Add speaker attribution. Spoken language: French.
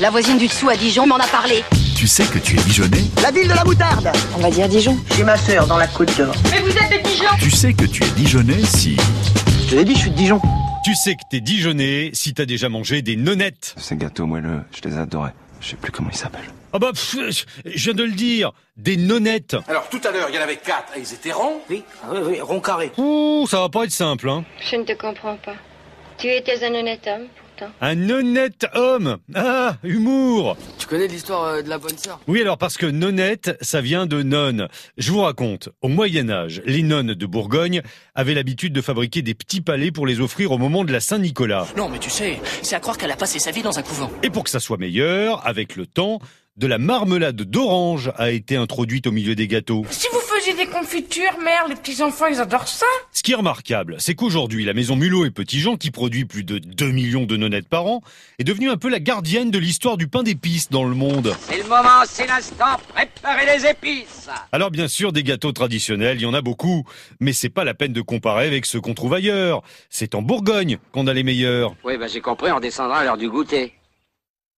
Speaker 1: La voisine du dessous à Dijon m'en a parlé.
Speaker 2: Tu sais que tu es Dijonais
Speaker 3: La ville de la moutarde
Speaker 4: On va dire Dijon.
Speaker 3: J'ai ma sœur dans la Côte d'Or.
Speaker 5: Mais vous êtes de Dijon
Speaker 2: Tu sais que tu es Dijonais si...
Speaker 3: Je te l'ai dit, je suis de Dijon.
Speaker 6: Tu sais que t'es Dijonais si t'as déjà mangé des nonnettes.
Speaker 7: Ces gâteaux moelleux, je les adorais. Je sais plus comment ils s'appellent.
Speaker 6: Ah bah, pff, je viens de le dire, des nonnettes.
Speaker 8: Alors tout à l'heure, il y en avait quatre et ils étaient ronds.
Speaker 3: Oui, ah oui, oui, rond carré.
Speaker 6: Ouh, ça va pas être simple, hein.
Speaker 9: Je ne te comprends pas. Tu étais un honnête homme, pourtant.
Speaker 6: Un honnête homme Ah, humour
Speaker 10: Tu connais l'histoire euh, de la bonne sœur
Speaker 6: Oui, alors parce que nonnette, ça vient de nonne. Je vous raconte, au Moyen Âge, les nonnes de Bourgogne avaient l'habitude de fabriquer des petits palais pour les offrir au moment de la Saint-Nicolas.
Speaker 11: Non, mais tu sais, c'est à croire qu'elle a passé sa vie dans un couvent.
Speaker 6: Et pour que ça soit meilleur, avec le temps, de la marmelade d'orange a été introduite au milieu des gâteaux.
Speaker 12: Si vous faisiez des confitures, mère, les petits enfants, ils adorent ça.
Speaker 6: Ce qui est remarquable, c'est qu'aujourd'hui, la maison Mulot et Petit Jean, qui produit plus de 2 millions de nonnettes par an, est devenue un peu la gardienne de l'histoire du pain d'épices dans le monde.
Speaker 13: C'est le moment, c'est l'instant, préparez les épices
Speaker 6: Alors bien sûr, des gâteaux traditionnels, il y en a beaucoup, mais c'est pas la peine de comparer avec ceux qu'on trouve ailleurs. C'est en Bourgogne qu'on a les meilleurs.
Speaker 13: ben, Oui, bah j'ai compris, on descendra à l'heure du goûter.